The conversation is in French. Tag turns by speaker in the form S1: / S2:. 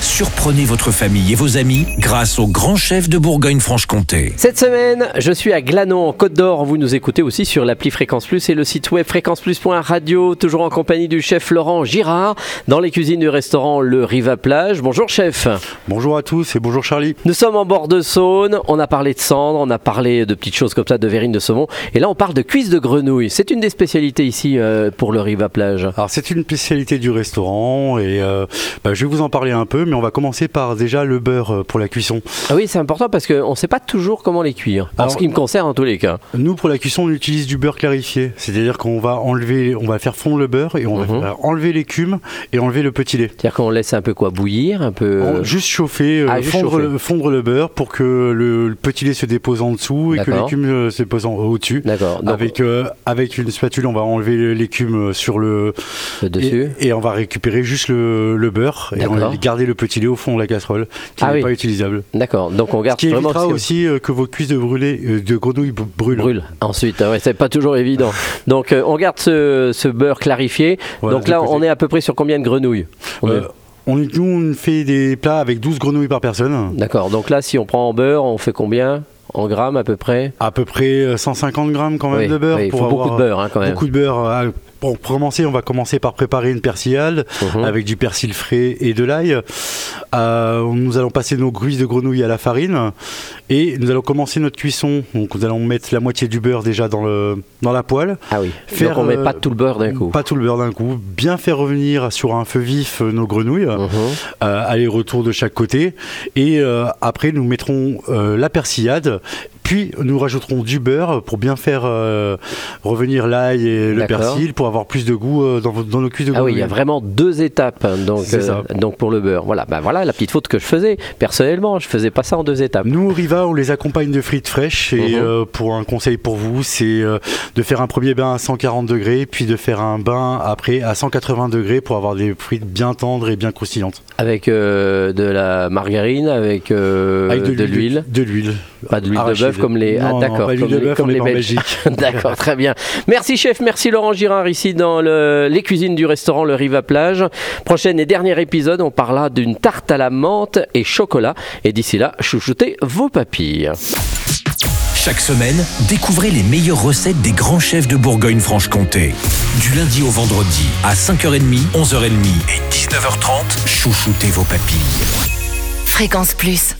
S1: Surprenez votre famille et vos amis grâce au grand chef de Bourgogne-Franche-Comté.
S2: Cette semaine, je suis à Glanon en Côte d'Or. Vous nous écoutez aussi sur l'appli Fréquence Plus et le site web fréquenceplus.radio, toujours en compagnie du chef Laurent Girard dans les cuisines du restaurant Le Riva Plage. Bonjour chef.
S3: Bonjour à tous et bonjour Charlie.
S2: Nous sommes en bord de Saône, on a parlé de cendres, on a parlé de petites choses comme ça, de verrines de saumon. Et là, on parle de cuisses de grenouille. C'est une des spécialités ici euh, pour le Riva Plage.
S3: Alors c'est une spécialité du restaurant et euh, bah, je vais vous en parler un peu, mais on va commencer par déjà le beurre euh, pour la cuisson.
S2: Ah oui, c'est important parce qu'on ne sait pas toujours comment les cuire. En
S3: Alors-
S2: ce qui me concerne, en tous les cas.
S3: Nous pour la cuisson on utilise du beurre clarifié, c'est-à-dire qu'on va enlever, on va faire fondre le beurre et on
S2: Mhm.
S3: va faire enlever l'écume et enlever le petit lait.
S2: C'est-à-dire qu'on laisse un peu quoi bouillir, un peu.
S3: On- juste chauffer, euh,
S2: ah, juste
S3: fondre,
S2: chauffer.
S3: Le, fondre le beurre pour que le, le petit lait se dépose en dessous et que
S2: D'accord.
S3: l'écume euh, se dépose en- au-dessus.
S2: D'accord. Donc,
S3: Avec, euh, avec une spatule, on va enlever l'écume euh, sur le,
S2: le euh, dessus.
S3: Et, et on va récupérer juste le, le beurre et on
S2: D'accord.
S3: va garder le petit lait au fond de la casserole qui
S2: Ah
S3: n'est
S2: oui.
S3: pas utilisable.
S2: D'accord. Donc on
S3: Ce
S2: regarde
S3: qui
S2: vraiment
S3: évitera
S2: ce que-
S3: aussi euh, que vos cuisses de, brûlé, euh, de grenouille b- brûlent.
S2: brûle. Ensuite, ah ouais, c'est pas toujours évident. Donc euh, on garde ce, ce beurre clarifié.
S3: Voilà,
S2: Donc là,
S3: de côté.
S2: on est à peu près sur combien de grenouilles On
S3: Euh, on, nous, on fait des plats avec 12 grenouilles par
S2: est-
S3: personne,
S2: D'accord. Donc là, si on prend en beurre, on fait combien En grammes à peu près
S3: à peu près euh, 150 grammes quand même
S2: Oui,
S3: de beurre.
S2: oui, il
S3: pour
S2: faut beaucoup
S3: avoir,
S2: de beurre hein, quand même.
S3: Beaucoup de beurre. euh, Pour commencer, on va commencer par préparer une persillade
S2: Mhm.
S3: avec du persil frais et de l'ail. Euh, nous allons passer nos cuisses de grenouille à la farine et nous allons commencer notre cuisson. Donc nous allons mettre la moitié du beurre déjà dans, le, dans la poêle.
S2: Ah oui.
S3: Faire,
S2: Donc on met
S3: euh,
S2: pas tout le beurre d'un coup.
S3: Pas tout le beurre d'un coup. Bien faire revenir sur un feu vif euh, nos grenouilles,
S2: Mhm.
S3: euh, aller-retour de chaque côté. Et euh, après, nous mettrons euh, la persillade. Puis nous rajouterons du beurre pour bien faire euh, revenir l'ail et le
S2: D'accord.
S3: persil pour avoir plus de goût euh, dans, vos- dans nos cuisses de
S2: Ah oui, il
S3: grenouille.
S2: y a vraiment deux étapes hein, donc,
S3: C'est ça.
S2: donc pour le beurre. Voilà, bah voilà la petite faute que je faisais. Personnellement, je faisais pas ça en deux étapes.
S3: Nous, au Riva, on les accompagne de frites fraîches. Et
S2: Mhm.
S3: euh, pour un conseil pour vous, c'est euh, de faire un premier bain à 140 degrés, puis de faire un bain après à 180 degrés pour avoir des frites bien tendres et bien croustillantes.
S2: Avec euh, de la margarine, avec, euh,
S3: Avec
S2: de l'huile.
S3: De l'huile.
S2: Pas de l'huile de
S3: Arachide.
S2: bœuf comme les.
S3: Non,
S2: ah,
S3: non,
S2: d'accord.
S3: pas l'huile
S2: comme
S3: de
S2: les-
S3: bœuf,
S2: comme
S3: on
S2: les
S3: est pas en
S2: Belges.
S3: Belgique.
S2: D'accord, très bien. Merci chef, merci Laurent Girard ici dans le- les cuisines du restaurant Le Riva Plage. Prochain et dernier épisode, on parlera d'une tarte à la menthe et chocolat. Et d'ici là, chouchoutez vos papilles.
S1: Chaque semaine, découvrez les meilleures recettes des grands chefs de Bourgogne-Franche-Comté. Du lundi au vendredi, à 5h30, 11h30 et 19h30, chouchoutez vos papilles.
S4: Fréquence Plus.